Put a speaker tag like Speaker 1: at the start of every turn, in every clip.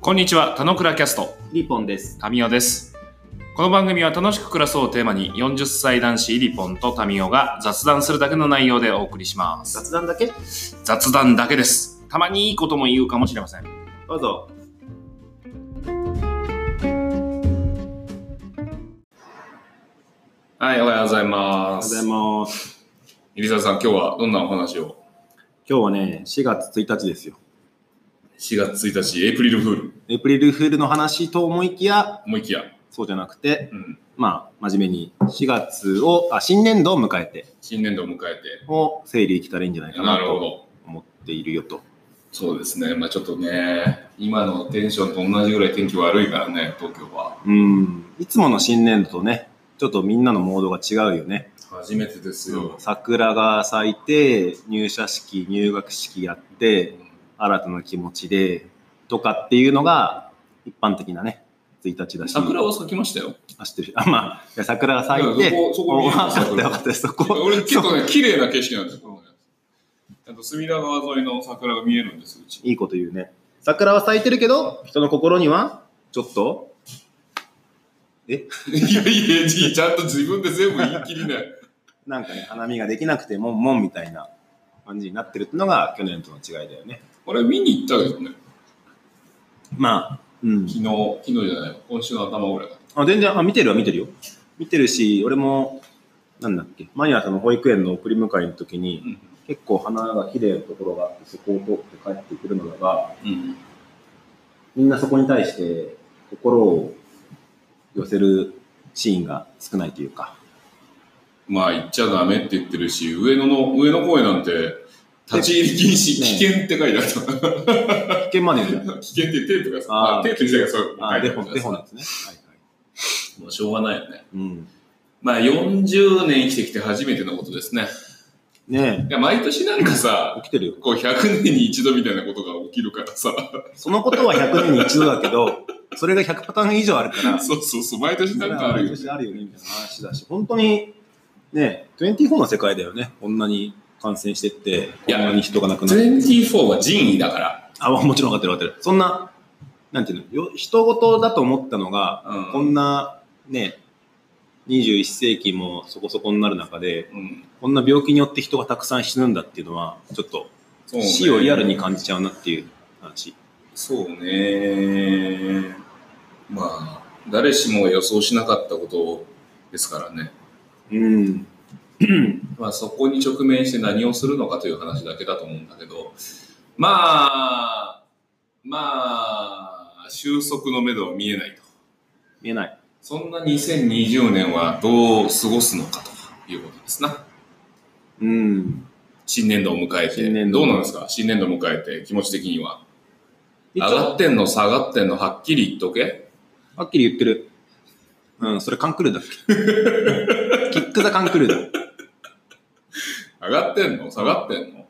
Speaker 1: こんにちは、田野倉キャスト、
Speaker 2: リポンです。
Speaker 1: タミオです。この番組は楽しく暮らそうをテーマに、40歳男子リポンとタミオが雑談するだけの内容でお送りします。
Speaker 2: 雑談だけど
Speaker 1: 雑談だけです。たまにいいことも言うかもしれません。
Speaker 2: うぞ。
Speaker 1: はい、おはようござ
Speaker 2: おはよ
Speaker 1: い
Speaker 2: う
Speaker 1: ま
Speaker 2: ござ
Speaker 1: す
Speaker 2: い。ます。
Speaker 1: 入澤さん、今日はどんなお話を
Speaker 2: 今日はね、4月1日ですよ。
Speaker 1: 4月1日、エイプリルフール、
Speaker 2: エイプリルフールの話と思いきや、
Speaker 1: 思いきや、
Speaker 2: そうじゃなくて、
Speaker 1: うん、
Speaker 2: まあ、真面目に4月を、あ、新年度を迎えて、
Speaker 1: 新年度を迎え
Speaker 2: を整理できたらいいんじゃない
Speaker 1: て、
Speaker 2: かな
Speaker 1: なるほ
Speaker 2: と
Speaker 1: ど。
Speaker 2: 思っているよと。
Speaker 1: そうですね、まあちょっとね、今のテンションと同じぐらい天気悪いからね、東京は。
Speaker 2: うん。いつもの新年度とね、ちょっとみんなのモードが違うよね。
Speaker 1: 初めてですよ。
Speaker 2: 桜が咲いて、入社式、入学式やって、新たな気持ちで、とかっていうのが一般的なね、1日だし。
Speaker 1: 桜を咲きましたよ。
Speaker 2: あ、知ってる。あ、まあ、いや桜が咲い
Speaker 1: い
Speaker 2: て、
Speaker 1: やそこそこ見え
Speaker 2: 分
Speaker 1: る
Speaker 2: かった
Speaker 1: 桜
Speaker 2: 分かった、そこ。
Speaker 1: 俺結構ね、綺麗な景色なんですよ。あと隅田川沿いの桜が見えるんです、うち。
Speaker 2: いいこと言うね。桜は咲いてるけど、人の心には、ちょっと、
Speaker 1: いやいや、ちゃんと自分で全部言い切りない。
Speaker 2: なんかね、花見ができなくて、もんもんみたいな感じになってるってのが、去年との違いだよね。
Speaker 1: 俺見に行ったけどね、
Speaker 2: まあ、うん。
Speaker 1: 昨日、昨日じゃない、今週の頭ぐらいか
Speaker 2: あ、全然、あ、見てるは見てるよ。見てるし、俺も、なんだっけ、毎朝の保育園の送り迎えの時に、
Speaker 1: な。
Speaker 2: 結構花が綺麗なところがあって、そこを通って帰ってくるのだが、
Speaker 1: うん。
Speaker 2: みんなそこに対して心を寄せるシーンが少ないというか。
Speaker 1: まあ行っちゃダメって言ってるし、上野の、上野公園なんて、立ち入り禁止、
Speaker 2: ね
Speaker 1: 危険って書いてあっ
Speaker 2: 危
Speaker 1: た。
Speaker 2: 険まで言う
Speaker 1: 危険ってテープがさ、
Speaker 2: あー
Speaker 1: あテープ自体がそう
Speaker 2: あ、
Speaker 1: 書
Speaker 2: デ
Speaker 1: いて
Speaker 2: ホ
Speaker 1: あ
Speaker 2: ン、デホン
Speaker 1: る
Speaker 2: ですね。
Speaker 1: もうしょうがないよね。
Speaker 2: うん。
Speaker 1: まあ40年生きてきて初めてのことですね。
Speaker 2: ね
Speaker 1: いや、毎年なんかさ
Speaker 2: え、、起きてるよ。
Speaker 1: こう100年に一度みたいなことが起きるからさ、
Speaker 2: そのことは100年に一度だけど、それが100パターン以上あるから、
Speaker 1: そうそうそう、毎年
Speaker 2: そ
Speaker 1: な
Speaker 2: れ
Speaker 1: ん
Speaker 2: は
Speaker 1: かあ
Speaker 2: 毎
Speaker 1: るよね。
Speaker 2: 年あるよね、みたいな話だし、本当に、ねえ、24の世界だよね。こんなに感染してって、
Speaker 1: い
Speaker 2: こ
Speaker 1: や
Speaker 2: んなに人が亡くなる。
Speaker 1: 24は人為だから。
Speaker 2: あ、もちろん分かってる分かってる。そんな、なんていうの、よ人事だと思ったのが、
Speaker 1: うん
Speaker 2: こんなね、21世紀もそこそこになる中で、
Speaker 1: うん
Speaker 2: こんな病気によって人がたくさん死ぬんだっていうのは、ちょっと
Speaker 1: そうね
Speaker 2: 死をリアルに感じちゃうなっていう話。
Speaker 1: そうね。まあ、誰しもが予想しなかったことですからね。
Speaker 2: うん。
Speaker 1: まあ、そこに直面して何をするのかという話だけだと思うんだけど、まあ、まあ、収束の目処は見えないと。
Speaker 2: 見えない。
Speaker 1: そんな2020年はどう過ごすのかということですな。
Speaker 2: うん。
Speaker 1: 新年度を迎えて。
Speaker 2: 新年度
Speaker 1: どうなんですか新年度を迎えて、気持ち的には。上
Speaker 2: 一応
Speaker 1: がってんの、下がってんの、はっきり言っとけ。
Speaker 2: はっきり言ってる。うん、それカンクルーだっけ キックザカンクルーだ。
Speaker 1: 上がってんの下がってんの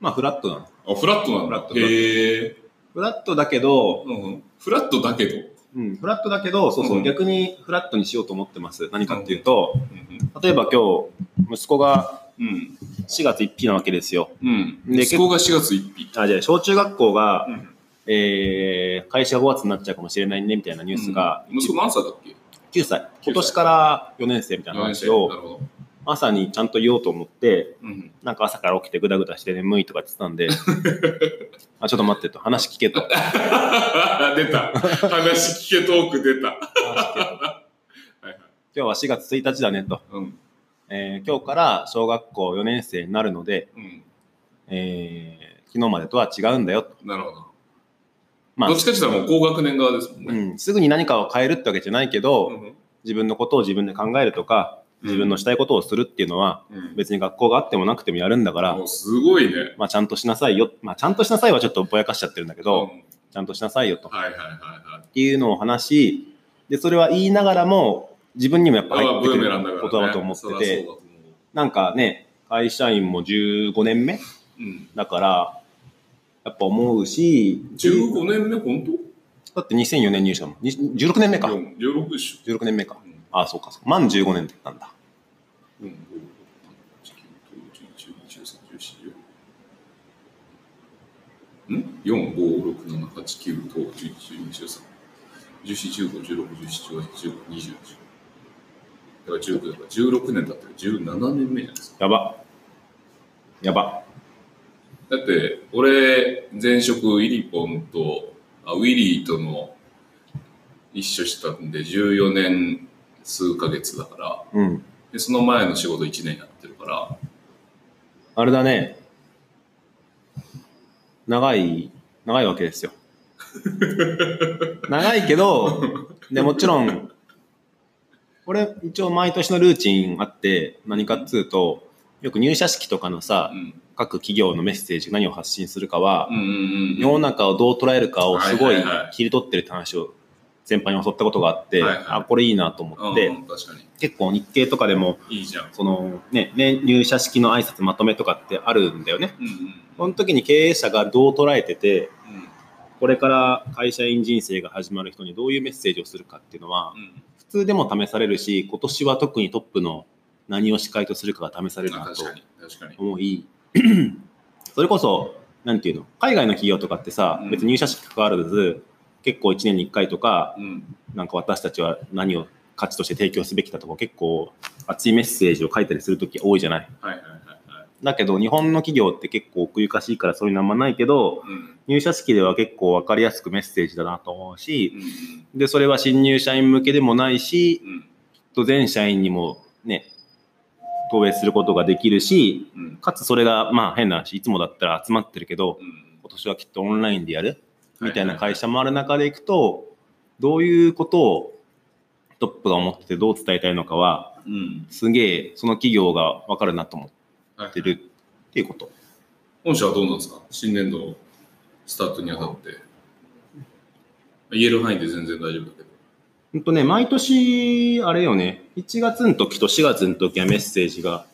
Speaker 2: まあフラットなの。
Speaker 1: あ、フラットなん
Speaker 2: フラッ
Speaker 1: だ。
Speaker 2: トだ
Speaker 1: へえ。
Speaker 2: フラットだけど、
Speaker 1: うん。フラットだけど。
Speaker 2: うん、フラットだけど、そうそう、
Speaker 1: うん
Speaker 2: 逆にフラットにしようと思ってます。何かっていうと、
Speaker 1: うん
Speaker 2: 例えば今日、息子が
Speaker 1: うん。
Speaker 2: 4月1日なわけですよ。
Speaker 1: うん。
Speaker 2: で
Speaker 1: 息子が4月1日。
Speaker 2: あ、じゃあ、小中学校が、
Speaker 1: うん
Speaker 2: えー、会社5月になっちゃうかもしれないね、みたいなニュースが、
Speaker 1: うん息子何歳だっけ
Speaker 2: 9歳、今年から4年生みたいな
Speaker 1: 4年生
Speaker 2: 話を
Speaker 1: な、るほど、
Speaker 2: 朝にちゃんと言おうと思って、
Speaker 1: うん、
Speaker 2: なんか朝から起きてぐだぐだして眠いとか言ってたんで、あ、ちょっと待ってと、話聞けと。
Speaker 1: 出た話聞けトーク出たは
Speaker 2: 話聞けと
Speaker 1: いはい、
Speaker 2: 今日は4月1日だねと。
Speaker 1: うん
Speaker 2: えー今日から小学校4年生になるので、
Speaker 1: うん、
Speaker 2: えー昨日までとは違うんだよと。
Speaker 1: なるほど、
Speaker 2: まあ
Speaker 1: どっ、ちかっていうともう高学年側ですもん
Speaker 2: う
Speaker 1: ね、
Speaker 2: ん、すぐに何かを変えるってわけじゃないけど、
Speaker 1: うん
Speaker 2: 自分のことを自分で考えるとか、自分のしたいことをするっていうのは、
Speaker 1: うん
Speaker 2: 別に学校があってもなくてもやるんだから、
Speaker 1: もうすごいね
Speaker 2: まあ、ちゃんとしなさいよ、まあ、ちゃんとしなさいはちょっとぼやかしちゃってるんだけど、
Speaker 1: ん
Speaker 2: ちゃんとしなさいよとっ
Speaker 1: はいはいは
Speaker 2: ていうのを話しでそれは言いながらも自分にもやっぱ
Speaker 1: いはい
Speaker 2: 入
Speaker 1: あ
Speaker 2: っ
Speaker 1: ブ
Speaker 2: て
Speaker 1: ー
Speaker 2: く
Speaker 1: メランだから、
Speaker 2: る
Speaker 1: ね、
Speaker 2: 言葉だと思って
Speaker 1: そりゃそう
Speaker 2: て
Speaker 1: だと思
Speaker 2: なんかね会社員も15年目
Speaker 1: う、うん、
Speaker 2: だからやっぱ思うし
Speaker 1: 15年目本
Speaker 2: だって2004年入社だもんに16年目
Speaker 1: 当
Speaker 2: か
Speaker 1: うん16でし
Speaker 2: 16年目か
Speaker 1: ょ、うん
Speaker 2: ああそうかそうか満15年だったんだ
Speaker 1: うんうんうんん4、5、6、7、8、9、10、11、12、13、14、15、16、17、18、19、20、だから19だから16年経ってる17年目じゃないですか。
Speaker 2: やば。やば。
Speaker 1: だって、俺、前職、イリポンと、あウィリーとの一緒したんで、14年数ヶ月だから、
Speaker 2: うん。
Speaker 1: でその前の仕事1年やってるから、
Speaker 2: あれだね。長い、長いわけですよ。長いけど、で、もちろん、これ一応毎年のルーチンあって、何かっつうと、よく入社式とかのさ
Speaker 1: う、ん。
Speaker 2: 各企業のメッセージ、何を発信するかは
Speaker 1: う、んうんうん。
Speaker 2: 世の中をどう捉えるかをすごい
Speaker 1: はいはいはい
Speaker 2: 切り取ってるって話を先輩に教わったことがあって、
Speaker 1: はいはい
Speaker 2: あ、これいいなと思って、
Speaker 1: うんうん、確かに。
Speaker 2: 結構日経とかでも、
Speaker 1: いいじゃん。
Speaker 2: そのね、ね、入社式の挨拶まとめとかってあるんだよね。
Speaker 1: うん
Speaker 2: その時に経営者がどう捉えてて、
Speaker 1: うん。
Speaker 2: これから会社員人生が始まる人にどういうメッセージをするかっていうのは
Speaker 1: う、ん。
Speaker 2: 普通でも試されるし、今年は特にトップの何を司会とするかが試さ
Speaker 1: う
Speaker 2: れ
Speaker 1: ん。
Speaker 2: る
Speaker 1: あ
Speaker 2: なと
Speaker 1: 確かに。確かに。
Speaker 2: 思い、 それこそ、なんていうの、海外の企業とかってさ
Speaker 1: うん、
Speaker 2: 別に入社式関わらず、結構1年に1回とか、
Speaker 1: うん。
Speaker 2: なんか私たちは何を価値として提供すべきだとか、結構熱いメッセージを書いたりする時多いじゃない。
Speaker 1: はいはいはいはい。
Speaker 2: だけど、日本の企業って結構奥ゆかしいからそういうのあんまないけど、
Speaker 1: うん。
Speaker 2: 入社式では結構分かりやすくメッセージだなと思うし、
Speaker 1: うんうん
Speaker 2: で、それは新入社員向けでもないし、
Speaker 1: うん。
Speaker 2: 全社員にもね、投影することができるし、
Speaker 1: うん。
Speaker 2: かつそれが、まあ変な話、いつもだったら集まってるけど、
Speaker 1: うん
Speaker 2: 今年はきっとオンラインでやるみたいな
Speaker 1: はいはいはい
Speaker 2: 会社もある中でいくと、どういうことをトップが思っててどう伝えたいのかは、
Speaker 1: うん。
Speaker 2: すげえその企業が分かるなと思
Speaker 1: はい
Speaker 2: ってるっていうこと。
Speaker 1: 本社はどうなんですか新年度スタートにあたって。言える範囲で全然大丈夫だけど。
Speaker 2: ほんとね、毎年、あれよね、1月の時と4月の時はメッセージが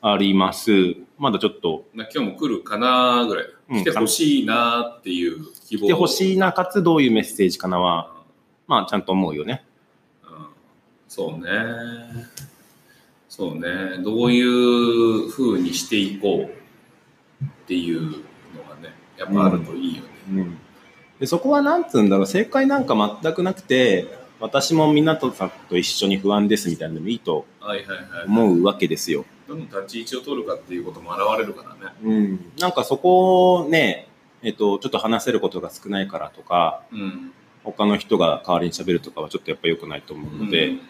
Speaker 2: あります。まだちょっと、
Speaker 1: まあ今日も来るかなぐらい。
Speaker 2: うん
Speaker 1: 来てほしいなっていう希望。
Speaker 2: 来てほしい
Speaker 1: な。
Speaker 2: な、かつどういうメッセージかなは、まあちゃんと思うよね。
Speaker 1: うんそうね。そうね。どういう風にしていこうっていうのがね、やっぱあるといいよね。
Speaker 2: うん。で、そこはなんつうんだろう、正解なんか全くなくて、私も港さんと一緒に不安ですみたいなのでもいいと
Speaker 1: はいはいはい。
Speaker 2: 思うわけですよ。
Speaker 1: どの立ち位置を取るかっていうことも現れるからね。
Speaker 2: うん。なんかそこをね、えっと、ちょっと話せることが少ないからとか、
Speaker 1: うん。
Speaker 2: 他の人が代わりに喋るとかはちょっとやっぱ良くないと思うので、
Speaker 1: うん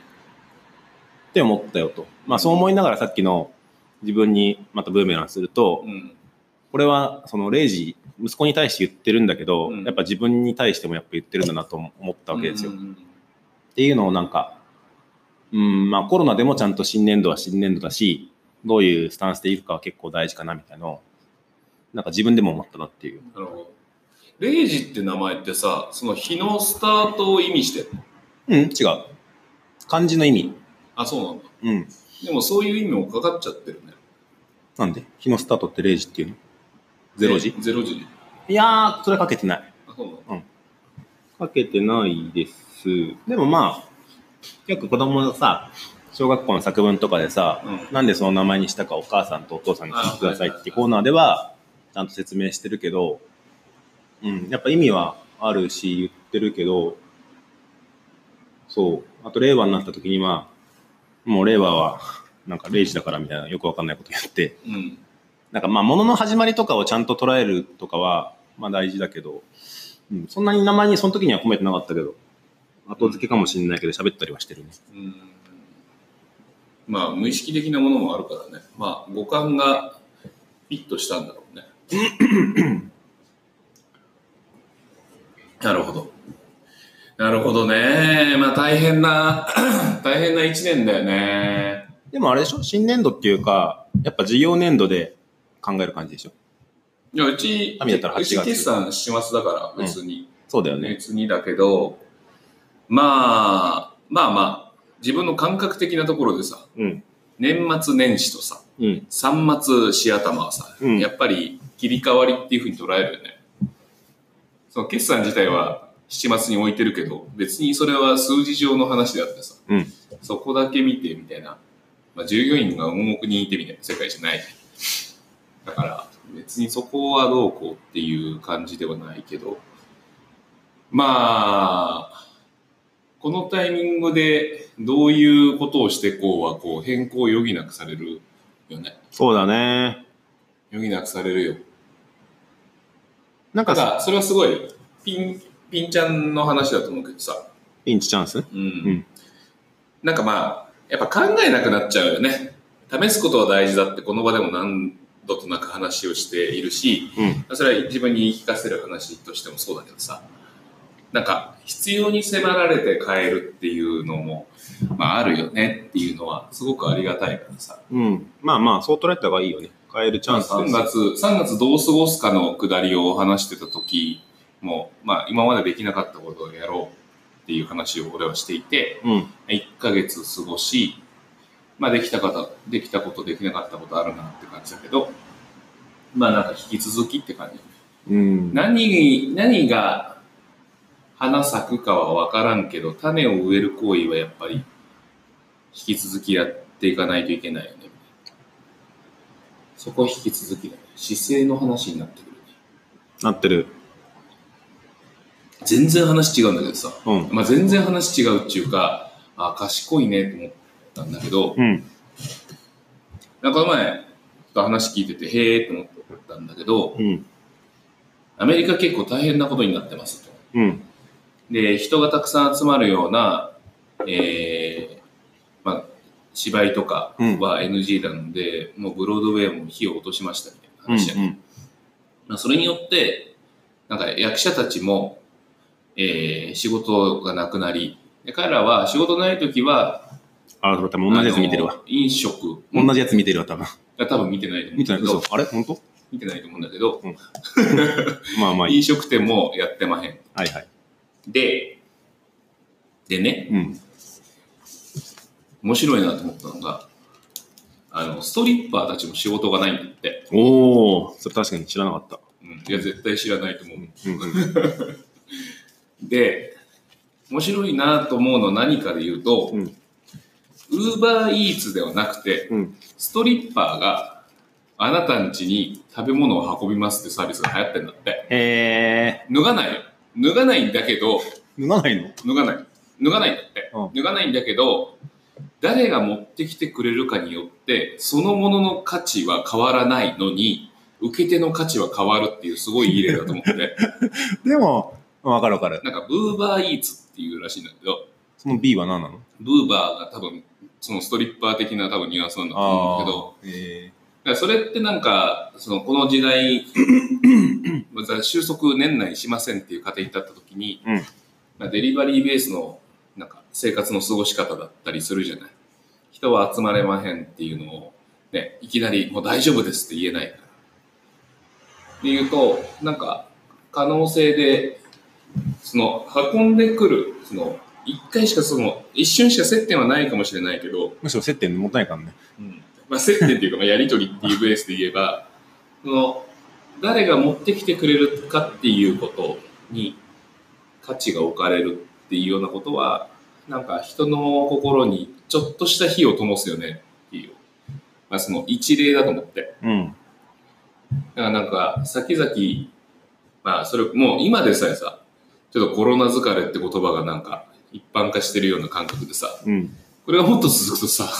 Speaker 2: って思ったよと。まあそう思いながらさっきの自分にまたブーメランすると、
Speaker 1: うん。
Speaker 2: これはそのレイジ、息子に対して言ってるんだけど、
Speaker 1: うん
Speaker 2: やっぱ自分に対してもやっぱ言ってるんだなと思ったわけですよ。
Speaker 1: うんうんうん
Speaker 2: っていうのをなんか、うん、まあコロナでもちゃんと新年度は新年度だし、どういうスタンスでいくかは結構大事かなみたいなのを、なんか自分でも思ったなっていう。
Speaker 1: なるほど。レイジって名前ってさ、その日のスタートを意味してる
Speaker 2: うん、
Speaker 1: の
Speaker 2: 違う。漢字の意味。
Speaker 1: あ、そうなんだ。
Speaker 2: うん。
Speaker 1: でもそういう意味もかかっちゃってるね。
Speaker 2: なんで日のスタートって0時っていうの ?0 時
Speaker 1: ゼロ時に。
Speaker 2: いやー、それはかけてない。
Speaker 1: あ、そうなんだ。
Speaker 2: かけてないです。でもまあ、よく子供のさ、小学校の作文とかでさ、
Speaker 1: うん。
Speaker 2: なんでその名前にしたかお母さんとお父さんに聞いてください
Speaker 1: あはいは
Speaker 2: っ
Speaker 1: いは
Speaker 2: て
Speaker 1: い
Speaker 2: コーナーでは、ちゃんと説明してるけど、うん、やっぱ意味はあるし、言ってるけど、そう。あと、令和になった時には、もう令和は、なんか0時だからみたいな、よくわかんないこと言って、
Speaker 1: うん。
Speaker 2: なんかまあ、ものの始まりとかをちゃんと捉えるとかは、まあ大事だけど、うん、そんなに名前にその時には込めてなかったけど、後付けかもしれないけど喋ったりはしてるね。
Speaker 1: うんまあ、無意識的なものもあるからね。まあ、五感がピッとしたんだろうね。なるほど。なるほどね。まあ、大変な、 大変な一年だよね。
Speaker 2: でもあれでしょ新年度っていうか、やっぱ事業年度で考える感じでしょ
Speaker 1: いや、うち、
Speaker 2: 神だったら8
Speaker 1: うち
Speaker 2: 月
Speaker 1: 決算しますだから、別に。
Speaker 2: そうだよね。
Speaker 1: 別にだけど、まあ、まあまあ、自分の感覚的なところでさ、
Speaker 2: うん。
Speaker 1: 年末年始とさ、
Speaker 2: うん。
Speaker 1: 三末し頭はさ、
Speaker 2: うん
Speaker 1: やっぱり切り替わりっていうふうに捉えるよね。その決算自体は七末に置いてるけど、別にそれは数字上の話であってさ、
Speaker 2: うん。
Speaker 1: そこだけ見てみたいな。まあ、従業員が盲目にいてみたいな世界じゃない。だから、別にそこはどうこうっていう感じではないけど、まあ、このタイミングでどういうことをしてこうは、こう変更を余儀なくされるよね。
Speaker 2: そうだね。
Speaker 1: 余儀なくされるよ。
Speaker 2: なん
Speaker 1: た
Speaker 2: かさ、
Speaker 1: だ、それはすごい、ピン、ピンちゃんの話だと思うけどさ、
Speaker 2: ピンチチャンス
Speaker 1: うん。
Speaker 2: ん
Speaker 1: なんかまあ、やっぱ考えなくなっちゃうよね。試すことは大事だって、この場でも何度となく話をしているし、
Speaker 2: うん。
Speaker 1: それは自分に言い聞かせる話としてもそうだけどさ、なんか、必要に迫られて変えるっていうのも、まあ、あるよねっていうのは、すごくありがたいからさ。
Speaker 2: うん。まあまあ、そう捉えた方がいいよね。変えるチャンスで
Speaker 1: 3
Speaker 2: す。
Speaker 1: 月、3月どう過ごすかのくだりを話してた時も、まあ、今までできなかったことをやろうっていう話を俺はしていて、
Speaker 2: うん。
Speaker 1: 1ヶ月過ごし、まあできた方、できたこと、できなかったことあるなって感じだけど、まあなんか引き続きって感じ。
Speaker 2: うん。
Speaker 1: 何、何が花咲くかは分からんけど、種を植える行為はやっぱり引き続きやっていかないといけないよね。そこは引き続きだね。姿勢の話になってくるね。
Speaker 2: なってる。
Speaker 1: 全然話違うんだけどさ。
Speaker 2: うん。
Speaker 1: まあ全然話違うっていうか、あ、賢いねと思ったんだけど、
Speaker 2: うん。
Speaker 1: なんかこの前、ちょっと話聞いてて、へえって思ったんだけど、
Speaker 2: うん。
Speaker 1: アメリカ結構大変なことになってますと。
Speaker 2: うん。
Speaker 1: で、人がたくさん集まるような、えー、まあ、芝居とかは NG なので、もうブロードウェイも火を落としましたみたいな
Speaker 2: うん。
Speaker 1: 話だね、まあ、それによって、なんか役者たちも、えー、仕事がなくなり、で彼らは仕事ない時は、
Speaker 2: あ、それ多分同じやつ見てる
Speaker 1: あ
Speaker 2: わ。
Speaker 1: の。飲食、
Speaker 2: 同じやつ見てるわ、多分。
Speaker 1: が多分見てないと思うん
Speaker 2: 見て
Speaker 1: だ
Speaker 2: ない。
Speaker 1: けど
Speaker 2: 嘘、。あれ本当
Speaker 1: 見てないと思うんだけど、
Speaker 2: まあまあいい。
Speaker 1: 飲食店もやってまへん。
Speaker 2: はいはい。
Speaker 1: で、でね、
Speaker 2: うん。
Speaker 1: 面白いなと思ったのが、あの、ストリッパーたちも仕事がないんだって。
Speaker 2: おお、それ確かに知らなかった。
Speaker 1: うん、いや、絶対知らないと思う。
Speaker 2: うんうん
Speaker 1: で、面白いなと思うの何かで言うと、
Speaker 2: うん
Speaker 1: ウーバーイーツではなくて、
Speaker 2: うん。
Speaker 1: ストリッパーがあなたん家に食べ物を運びますってサービスが流行ってんだって。
Speaker 2: へえ。
Speaker 1: 脱がないよ。脱がないんだけど、
Speaker 2: 脱がないの
Speaker 1: 脱がない。脱がないんだって。
Speaker 2: う
Speaker 1: 脱がないんだけど、誰が持ってきてくれるかによって、そのものの価値は変わらないのに、受け手の価値は変わるっていうすごいいい例だと思って。
Speaker 2: でも、わかるわかる。
Speaker 1: なんか、ブーバーイーツっていうらしいんだけど、
Speaker 2: その B は何なの
Speaker 1: ブーバーが多分、そのストリッパー的な多分ニュアンスなんだと思うんだけど、
Speaker 2: あー。へ
Speaker 1: だからそれってなんか、そのこの時 代、まずは収束年内しませんっていう過程に立った時に、
Speaker 2: うん
Speaker 1: まあデリバリーベースのなんか生活の過ごし方だったりするじゃない。人は集まれまへんっていうのを、ね、いきなりもう大丈夫ですって言えないから。っていうと、なんか可能性で、その運んでくる、その一回しかその一瞬しか接点はないかもしれないけど、
Speaker 2: むしろ接点持たないからね。
Speaker 1: まあ、接点っていうか、まあ、やりとりっていうベースで言えば、その、誰が持ってきてくれるかっていうことに価値が置かれるっていうようなことは、なんか人の心にちょっとした火を灯すよねっていう、まあ、その一例だと思って。
Speaker 2: うん。
Speaker 1: だからなんか、先々、まあ、それ、もう今でさえさ、ちょっとコロナ疲れって言葉がなんか一般化してるような感覚でさ、
Speaker 2: うん。
Speaker 1: これがもっと続くとさ、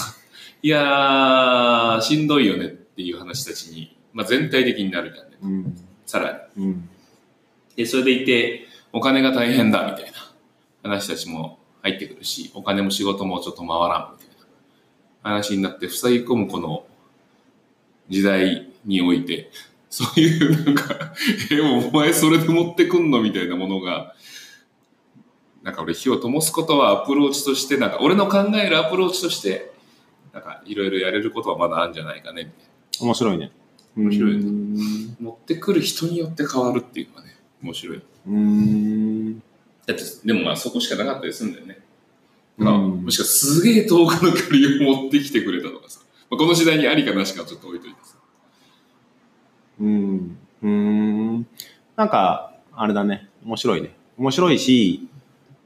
Speaker 1: いやー、しんどいよねっていう話たちに、まあ、全体的になるじゃんね。
Speaker 2: うん。
Speaker 1: さらに。
Speaker 2: うん。
Speaker 1: で、それでいて、お金が大変だみたいな話たちも入ってくるし、お金も仕事もちょっと回らんみたいな話になって、塞ぎ込むこの時代において、そういうなんか、 え、お前それで持ってくんのみたいなものが、なんか俺火を灯すことはアプローチとして、なんか俺の考えるアプローチとして、なんかいろいろやれることはまだあるんじゃないかね、みたいな。
Speaker 2: 面白いね。面
Speaker 1: 白いね
Speaker 2: ね。
Speaker 1: 持ってくる人によって変わるっていうのはね、面白い。
Speaker 2: うん。
Speaker 1: だって、でもまあそこしかなかったりするんだよね。
Speaker 2: う
Speaker 1: だから
Speaker 2: ん
Speaker 1: もしかしたらすげえ遠くの距離を持ってきてくれたとかさ。まあ、この時代にありかなしかちょっと置いといてさ。
Speaker 2: うん。うん。なんか、あれだね。面白いね。面白いし、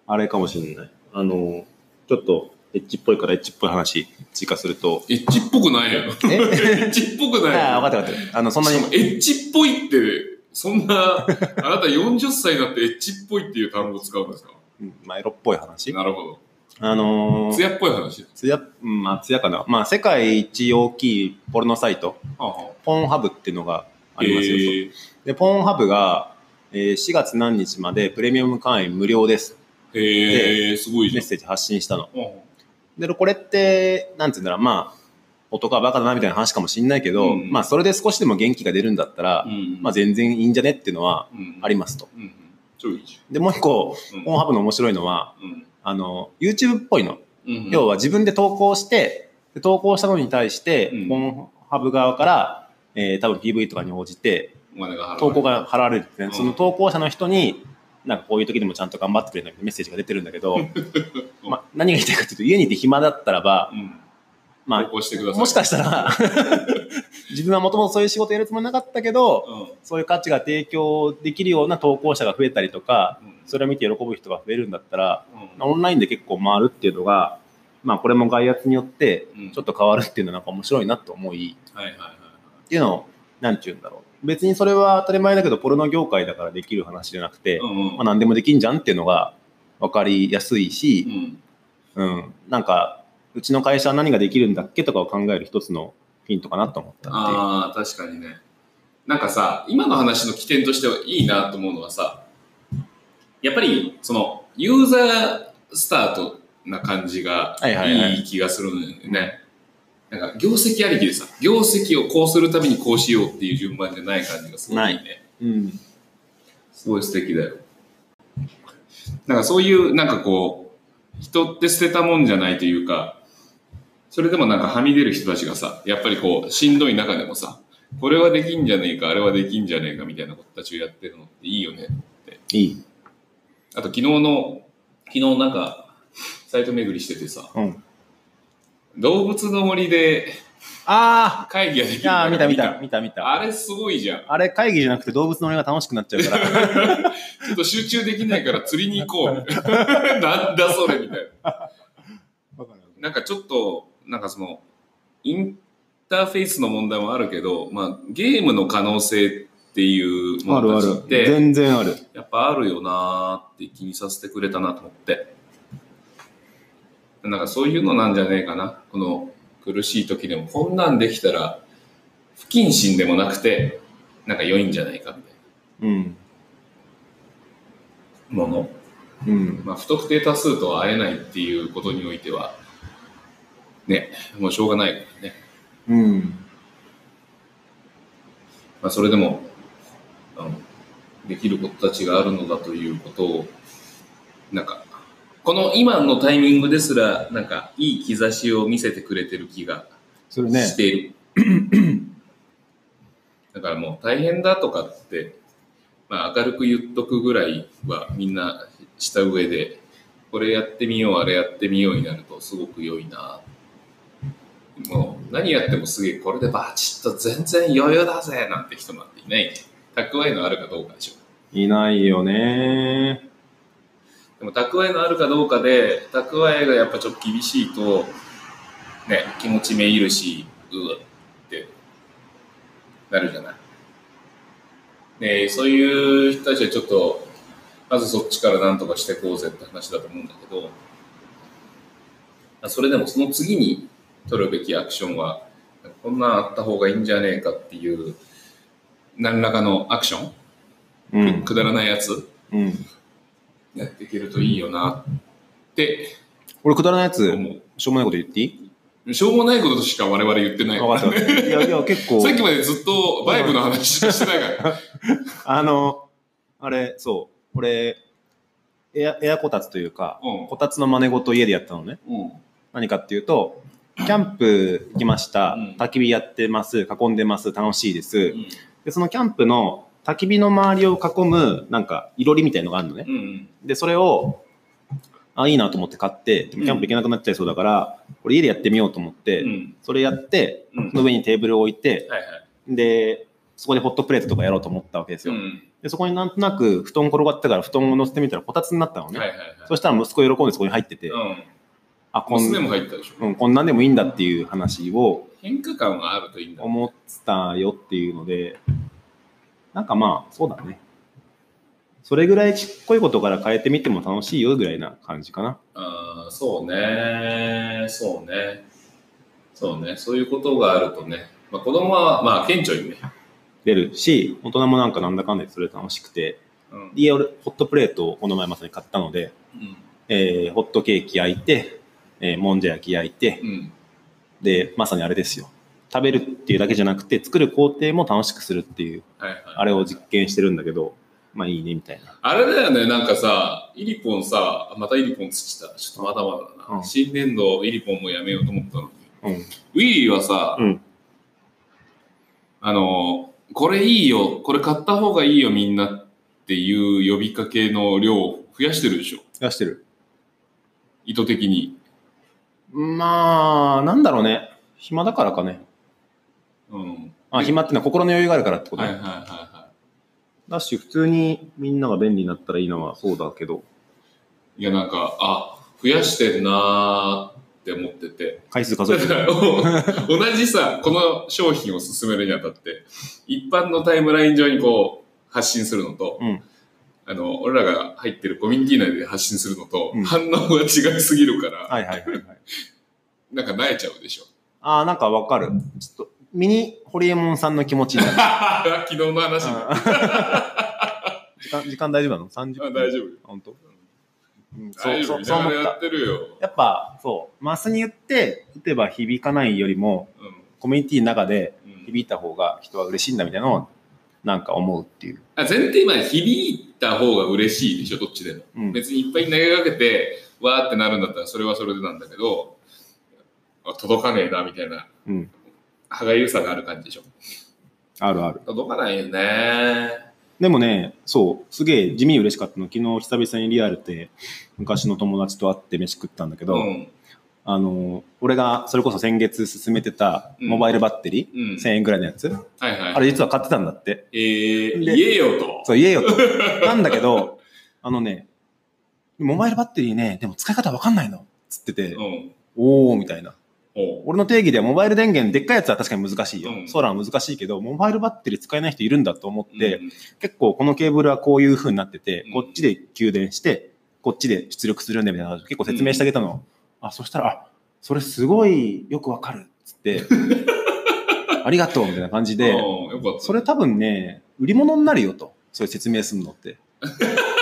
Speaker 2: あれかもしれない。あの、ちょっとエッジっぽいからエッジっぽい話追加すると。
Speaker 1: エッジっぽくな いよ。
Speaker 2: え
Speaker 1: エッジっぽくないよ。
Speaker 2: ああ、分かった分かった。あの、そんな
Speaker 1: し
Speaker 2: に
Speaker 1: かも、エッジっぽいって、そんな、あ なた40歳になってエッジっぽいっていう単語を使うんですか
Speaker 2: うんまあ、エロっぽい話。
Speaker 1: なるほ
Speaker 2: あのー、
Speaker 1: ど。艶っぽい話。
Speaker 2: つや、うんまあ、つやかな。まあ、世界一大きいポルノサイト、
Speaker 1: はあは
Speaker 2: ポンハブっていうのが
Speaker 1: あ
Speaker 2: ありますよ。
Speaker 1: えー
Speaker 2: で、ポーンハブが、えー4月何日までプレミアム会員無料です。
Speaker 1: えー、すごいじ
Speaker 2: メ
Speaker 1: ゃ
Speaker 2: ッ
Speaker 1: ん。
Speaker 2: セージ発信したの。
Speaker 1: はあは
Speaker 2: で、これって、なんて言うんだろう、まあ、男はバカだなみたいな話かもしんないけど、
Speaker 1: うん
Speaker 2: まあ、それで少しでも元気が出るんだったら、
Speaker 1: あうん
Speaker 2: まあ、全然いいんじゃねっていうのは
Speaker 1: うん
Speaker 2: ありますと。
Speaker 1: うんうん。超いいじ
Speaker 2: で、もう一個、
Speaker 1: ゃん。うん
Speaker 2: ポーンハブの面白いのは、
Speaker 1: うん
Speaker 2: あの、YouTube っぽいの。
Speaker 1: うん
Speaker 2: 要は自分で投稿して、で投稿したのに対して、
Speaker 1: うん
Speaker 2: ポーンハブ側から、えー多分 PV とかに応じて、
Speaker 1: お金が払われる
Speaker 2: 投稿が払われるってね、
Speaker 1: うん
Speaker 2: その投稿者の人に、なんかこういう時でもちゃんと頑張ってくれないメッセージが出てるんだけ ど、まあ、何が言いたいかというと、家にいて暇だったらば、
Speaker 1: うん。
Speaker 2: ま
Speaker 1: 投稿してくだ
Speaker 2: あ、
Speaker 1: さい。
Speaker 2: もしかしたら、 自分はもともとそういう仕事やるつもりなかったけど、
Speaker 1: うん
Speaker 2: そういう価値が提供できるような投稿者が増えたりとか、
Speaker 1: うん
Speaker 2: それを見て喜ぶ人が増えるんだったら、
Speaker 1: うん
Speaker 2: オンラインで結構回るっていうのが、まあこれも外圧によって
Speaker 1: うん
Speaker 2: ちょっと変わるっていうのはなんか面白いなと思い、
Speaker 1: はいはいはいはい。
Speaker 2: っていうのを、なんて言うんだろう。別にそれは当たり前だけど、ポルノ業界だからできる話じゃなくて、
Speaker 1: うんうん
Speaker 2: まあ、何でもできんじゃんっていうのが分かりやすいし、
Speaker 1: うん
Speaker 2: うん、なんか、うちの会社は何ができるんだっけとかを考える一つのヒントかなと思ったんで。
Speaker 1: ああ、確かにね。なんかさ、今の話の起点としてはいいなと思うのはさ、やっぱり、その、ユーザースタートな感じが
Speaker 2: はいはいはい
Speaker 1: いい気がするのよね。なんか、業績ありきでさ、業績をこうするためにこうしようっていう順番じゃない感じがすごいいい
Speaker 2: な
Speaker 1: ね。
Speaker 2: うん。
Speaker 1: すごい素敵だよ。なんかそういう、なんかこう、人って捨てたもんじゃないというか、それでもなんかはみ出る人たちがさ、やっぱりこう、しんどい中でもさ、これはできんじゃねえか、あれはできんじゃねえかみたいなことたちをやってるのっていいよね。
Speaker 2: いい。
Speaker 1: あと昨日の、昨日なんか、サイト巡りしててさ、
Speaker 2: うん。
Speaker 1: 動物の森で
Speaker 2: あ
Speaker 1: 会議ができ
Speaker 2: ーい
Speaker 1: るの
Speaker 2: やー
Speaker 1: が
Speaker 2: 見た見た、見た見た。
Speaker 1: あれすごいじゃん。
Speaker 2: あれ会議じゃなくて動物の俺が楽しくなっちゃう から。
Speaker 1: ちょっと集中できないから釣りに行こう。 なんだそれみたいな。なんかちょっと、なんかその、インターフェースの問題もあるけど、まあ、ゲームの可能性っていうも
Speaker 2: ある
Speaker 1: の
Speaker 2: あ
Speaker 1: たちっ
Speaker 2: る。
Speaker 1: て、
Speaker 2: 全然ある。
Speaker 1: やっぱあるよなーって気にさせてくれたなと思って。なんかそういうのなんじゃねえかな。この苦しい時でも、こんなんできたら、不謹慎でもなくて、なんか良いんじゃないかみたい
Speaker 2: うん。
Speaker 1: なもの。
Speaker 2: うん。
Speaker 1: まあ、不特定多数とは会えないっていうことにおいては、ね、もうしょうがないからね。
Speaker 2: うん。
Speaker 1: まあ、それでもあのできることたちがあるのだということをなんかこの今のタイミングですらなんかいい兆しを見せてくれてる気が
Speaker 2: それね
Speaker 1: し。ている、 だからもう大変だとかって、まあ、明るく言っとくぐらいはみんなした上でこれやってみようあれやってみようになるとすごく良いなもう何やってもすげえこれでバチッと全然余裕だぜなんて人なんていない蓄えのあるかどうかでしょ
Speaker 2: いないよね
Speaker 1: でも蓄えのあるかどうかで蓄えがやっぱちょっと厳しいとね気持ちめいるしうわってなるじゃない。ねそういう人たちはちょっとまずそっちから何とかしてこうぜって話だと思うんだけどあそれでもその次に取るべきアクションはこんなんあった方がいいんじゃねえかっていう何らかのアクション、
Speaker 2: うん。
Speaker 1: くだらないやつ
Speaker 2: うん。
Speaker 1: やっていけるといいよなって
Speaker 2: 俺、くだらないやつ、
Speaker 1: 思。
Speaker 2: しょうもないこと言っていいう
Speaker 1: しょうもないことしか我々言ってない。
Speaker 2: わかった。 いや、いや、結構
Speaker 1: さ、っきまでずっとバイブの話しかしてないから。
Speaker 2: あの、あれ、そう、俺、エア、エアこたつというか、
Speaker 1: うん
Speaker 2: こたつの真似事を家でやったのね。
Speaker 1: うん。
Speaker 2: 何かっていうと、キャンプ行きました
Speaker 1: うん。
Speaker 2: 焚き火やってます。囲んでます。楽しいです。
Speaker 1: うん。
Speaker 2: で、そのキャンプの焚き火の周りを囲む、なんか、いろりみたいのがあるのね。
Speaker 1: うん。
Speaker 2: で、それを、あ、いいなと思って買って、でもキャンプ行けなくなっちゃいそうだから、これ家でやってみようと思って、
Speaker 1: うん。
Speaker 2: それやって、
Speaker 1: うん
Speaker 2: その上にテーブルを置いて、
Speaker 1: はいはい。
Speaker 2: で、そこでホットプレートとかやろうと思ったわけです
Speaker 1: う
Speaker 2: よ。
Speaker 1: ん。
Speaker 2: で、そこになんとなく布団転がってたから布団を乗せてみたらこたつになったのね。
Speaker 1: はいはいはい。
Speaker 2: そしたら息子喜んでそこに入ってて、
Speaker 1: うん。
Speaker 2: あ、こん
Speaker 1: 娘も入ったでしょ。
Speaker 2: うん、こんなんでもいいんだっていう話を
Speaker 1: 変化感があるといいんだ。
Speaker 2: 思ったよっていうので、なんかまあ、そうだね。それぐらいちっこいことから変えてみても楽しいよぐらいな感じかな。
Speaker 1: あーそうね、そうね。そうね、そういうことがあるとね。まあ、子供は、まあ、顕著にね。
Speaker 2: 出るし、大人もなんかなんだかんだでそれ楽しくて、
Speaker 1: うん。うん
Speaker 2: で、俺、ホットプレートをこの前まさに買ったので、えーホットケーキ焼いて、えーもんじゃ焼き焼いて、
Speaker 1: うん。
Speaker 2: で、まさにあれですよ。食べるっていうだけじゃなくて、作る工程も楽しくするっていう、
Speaker 1: はいはい。
Speaker 2: あれを実験してるんだけど、まあいいね、みたいな。
Speaker 1: あれだよね、なんかさ、イリポンさ、またイリポンつちた。ちょっとまだまだだな。
Speaker 2: うん
Speaker 1: 新年度、イリポンもやめようと思ったのに。
Speaker 2: うん。
Speaker 1: ウィリーはさ、
Speaker 2: うん
Speaker 1: あの、これいいよ、これ買った方がいいよ、みんなっていう呼びかけの量を増やしてるでしょ。
Speaker 2: 出してる。
Speaker 1: 意図的に。
Speaker 2: まあ、なんだろうね。暇だからかね。
Speaker 1: うん。
Speaker 2: あ、暇ってのは心の余裕があるからってこと
Speaker 1: はい
Speaker 2: ね。
Speaker 1: はいはいは
Speaker 2: だし、普通にみんなが便利になったらいいのはそうだけど、
Speaker 1: い。いや、なんか、あ、増やしてんなーって思ってて。
Speaker 2: 回数数え
Speaker 1: だ
Speaker 2: て
Speaker 1: か
Speaker 2: る。
Speaker 1: ら、お同じさ、この商品を進めるにあたって、一般のタイムライン上にこう、発信するのと、
Speaker 2: うん
Speaker 1: あの、俺らが入ってるコミュニティ内で発信するのと、
Speaker 2: うん
Speaker 1: 反応が違いすぎるから、
Speaker 2: はいはいはいはい。
Speaker 1: なんか慣れちゃう でしょ。
Speaker 2: ああ、なんかわかる。ちょっと、ミニホリエモンさんの気持ちになる。
Speaker 1: 昨日の話ねあ
Speaker 2: 時間、時間大丈夫なの ?30 分。
Speaker 1: 大丈夫よ。
Speaker 2: 夫。本当うん、そ
Speaker 1: 大
Speaker 2: う、
Speaker 1: 丈
Speaker 2: そ
Speaker 1: 夫。
Speaker 2: う、
Speaker 1: み
Speaker 2: そう思
Speaker 1: ん
Speaker 2: っ
Speaker 1: なや
Speaker 2: た
Speaker 1: っ。てるよ。
Speaker 2: やっぱ、そう、マスに言って、打てば響かないよりも、
Speaker 1: う
Speaker 2: コミュニティの中で
Speaker 1: んうん
Speaker 2: 響いた方が人は嬉しいんだみたいなのを、なんか思うっていう。
Speaker 1: あ前提今、響いた方が嬉しいでしょ、どっちでも。
Speaker 2: うん。
Speaker 1: 別にいっぱい投げかけて、わーってなるんだったら、それはそれでなんだけど、あ届かねえな、みたいな、
Speaker 2: うん。
Speaker 1: 歯がゆさがある感じでしょ。
Speaker 2: あるある。
Speaker 1: 届かないよね。
Speaker 2: でもね、そう、すげえ地味に嬉しかったの。昨日久々にリアルで昔の友達と会って飯食ったんだけど、
Speaker 1: うん。
Speaker 2: あの、俺がそれこそ先月勧めてたモバイルバッテリー、
Speaker 1: うん。
Speaker 2: 1000円ぐらいのやつ、
Speaker 1: はいはい。
Speaker 2: あれ実は買ってたんだって。
Speaker 1: えー、
Speaker 2: で
Speaker 1: 言えよと。
Speaker 2: そう、言えよと。 なんだけど、あのね、モバイルバッテリーね、でも使い方わかんないの。つってて、
Speaker 1: うん。
Speaker 2: おーみたいな。
Speaker 1: おう
Speaker 2: 俺の定義ではモバイル電源、でっかいやつは確かに難しいよ。
Speaker 1: うん
Speaker 2: ソーラーは難しいけど、モバイルバッテリー使えない人いるんだと思って、
Speaker 1: うん
Speaker 2: 結構このケーブルはこういう風になってて、
Speaker 1: うん
Speaker 2: こっちで給電して、こっちで出力するんだみたいな話を結構説明してあげたの。あ、そしたら、あ、それすごいよくわかるっつっ て、ありがとうみたいな感じで、
Speaker 1: うんよかった。
Speaker 2: それ多分ね、売り物になるよと、そういう説明するのって。って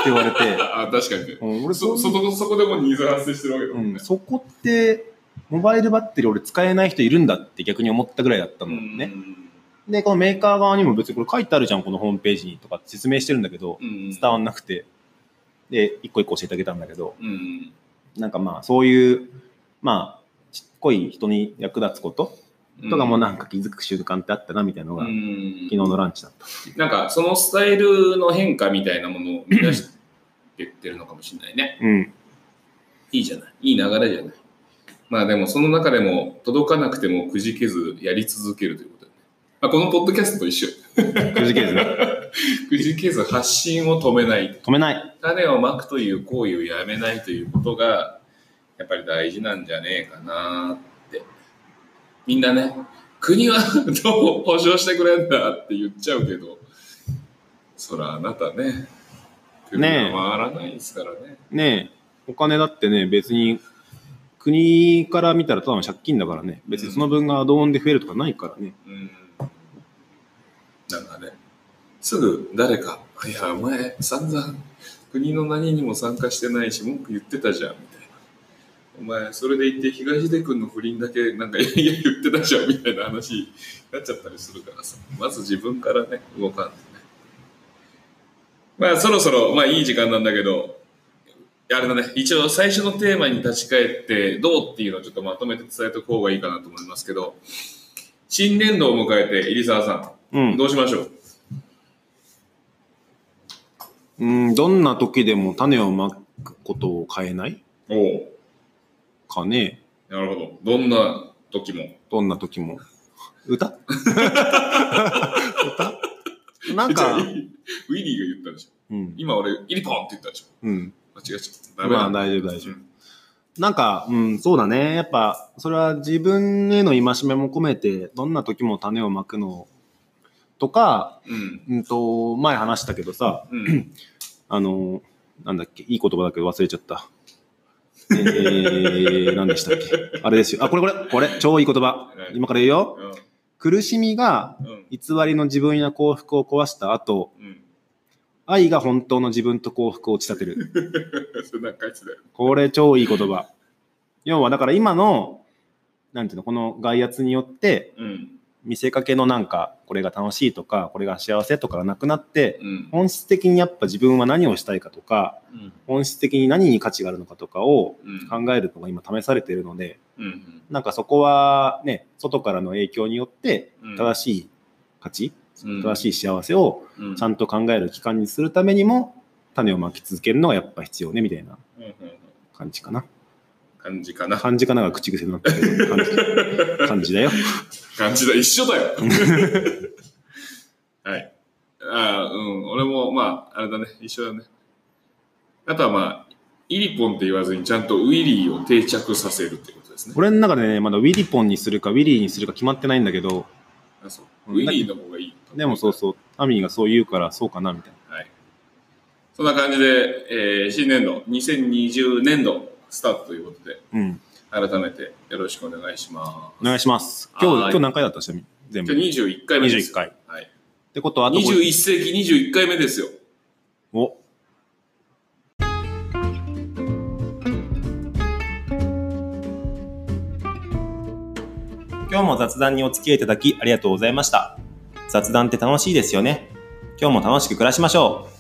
Speaker 2: 言われて、
Speaker 1: あ、確かにね。
Speaker 2: うん、俺
Speaker 1: そ、
Speaker 2: そ
Speaker 1: そこ、そこでもうニーズが発生してるわけだ
Speaker 2: う
Speaker 1: もん
Speaker 2: ん、
Speaker 1: ね。
Speaker 2: そこって、モバイルバッテリー俺使えない人いるんだって逆に思ったぐらいだった
Speaker 1: うん
Speaker 2: だよね。
Speaker 1: ん。
Speaker 2: で、このメーカー側にも別にこれ書いてあるじゃん、このホームページにとかって説明してるんだけど、
Speaker 1: うん。
Speaker 2: 伝わんなくて、で、一個一個教えてあげたんだけど、
Speaker 1: うん。
Speaker 2: なんかまあ、そういう、まあ、ちっこい人に役立つこと
Speaker 1: うん
Speaker 2: とかもなんか気づく習慣ってあったな、みたいなのが、
Speaker 1: う
Speaker 2: 昨
Speaker 1: ん
Speaker 2: 日のランチだった。
Speaker 1: なんかそのスタイルの変化みたいなものを見出してってるのかもしれないね。
Speaker 2: うん。
Speaker 1: いいじゃない。いい流れじゃない。まあでもその中でも届かなくてもくじけずやり続けるということだね。まあ、このポッドキャストと一緒。
Speaker 2: くじけずね。
Speaker 1: くじけず発信を止めない。
Speaker 2: 止めない。
Speaker 1: 種をまくという行為をやめないということが、やっぱり大事なんじゃねえかなって。みんなね、国は どう保証してくれんだって言っちゃうけど、そらあなたね、国
Speaker 2: ねえ
Speaker 1: は回らないですからね。
Speaker 2: ねえ、お金だってね、別に、国から見たらただの借金だからね、別にその分がドーンで増えるとかないからね。
Speaker 1: うん。なんかね、すぐ誰か、いや、お前、散々、国の何にも参加してないし、文句言ってたじゃん、みたいな。お前、それで言って、東出君の不倫だけ、なんか、いやいや、言ってたじゃん、みたいな話になっちゃったりするからさ、まず自分からね、動かんとね。まあ、そろそろ、まあ、いい時間なんだけど、あれだね、一応最初のテーマに立ち返って、どうっていうのをちょっとまとめて伝えておく方がいいかなと思いますけど、新年度を迎えて、入澤さ、
Speaker 2: うんん。
Speaker 1: どうしましょう
Speaker 2: うん、どんな時でも種をまくことを変えない
Speaker 1: おお
Speaker 2: かね。
Speaker 1: なるほど。どんな時も。
Speaker 2: どんな時も。 歌歌なん
Speaker 1: じゃ
Speaker 2: か
Speaker 1: あ、 ウ、ィリーが言ったでしょ。
Speaker 2: うん。
Speaker 1: 今俺、イリポンって言ったでしょ。
Speaker 2: うん。
Speaker 1: 間違えちゃった。ダメ
Speaker 2: ま
Speaker 1: だ。
Speaker 2: あ大丈夫大丈夫。なんか、うん、そうだね。やっぱ、それは自分への戒めも込めて、どんな時も種をまくのとか、
Speaker 1: うん。
Speaker 2: うんと、前話したけどさ、
Speaker 1: うん。
Speaker 2: あの、なんだっけ、いい言葉だけど忘れちゃった。えー、 何でしたっけ。あれですよ。あ、これこれ、これ、超いい言葉。今から言うよ。苦しみが
Speaker 1: うん。
Speaker 2: 偽りの自分や幸福を壊した後、
Speaker 1: うん。
Speaker 2: 愛が本当の自分と幸福を打ち立てる。
Speaker 1: そんな感じだよ。
Speaker 2: これ超いい言葉。要はだから今の、なんていうの、この外圧によって、
Speaker 1: うん。
Speaker 2: 見せかけのなんか、これが楽しいとか、これが幸せとかがなくなって、
Speaker 1: うん。
Speaker 2: 本質的にやっぱ自分は何をしたいかとか、
Speaker 1: うん。
Speaker 2: 本質的に何に価値があるのかとかを
Speaker 1: うん。
Speaker 2: 考えるのが今試されているので、
Speaker 1: うん。
Speaker 2: なんかそこはね、外からの影響によって、
Speaker 1: うん
Speaker 2: 正しい価値、
Speaker 1: うん
Speaker 2: 正しい幸せを
Speaker 1: うん。
Speaker 2: ちゃんと考える期間にするためにも、種をまき続けるのがやっぱ必要ね、みたいな
Speaker 1: うんうん
Speaker 2: 感じかな。
Speaker 1: 感じかな。
Speaker 2: 漢字かなんか口癖になったけど、漢字漢字だよ。
Speaker 1: 感じだ。一緒だよ。 はい。ああ、うん。俺も、まあ、あれだね。一緒だね。あとはまあ、イリポンって言わずに、ちゃんとウィリーを定着させるってことですね。
Speaker 2: 俺の中でね、まだウィリポンにするかウィリーにするか決まってないんだけど、
Speaker 1: あそう
Speaker 2: うん
Speaker 1: ウィリーの方がいい。
Speaker 2: でもそうそう、アミーがそう言うからそうかな、みたいな。
Speaker 1: はい。そんな感じで、えー新年度、2020年度スタートということで、
Speaker 2: うん。
Speaker 1: 改めてよろしくお願いしま
Speaker 2: お願いします。今日、
Speaker 1: はーい
Speaker 2: 今日何回だったちなみに全
Speaker 1: す。
Speaker 2: 部。っ
Speaker 1: 今日21回目です。
Speaker 2: 21回。
Speaker 1: はい。
Speaker 2: てことは、あとご
Speaker 1: 21世紀21回目ですよ。
Speaker 2: お今日も雑談にお付き合いいただきありがとうございました。雑談って楽しいですよね。今日も楽しく暮らしましょう。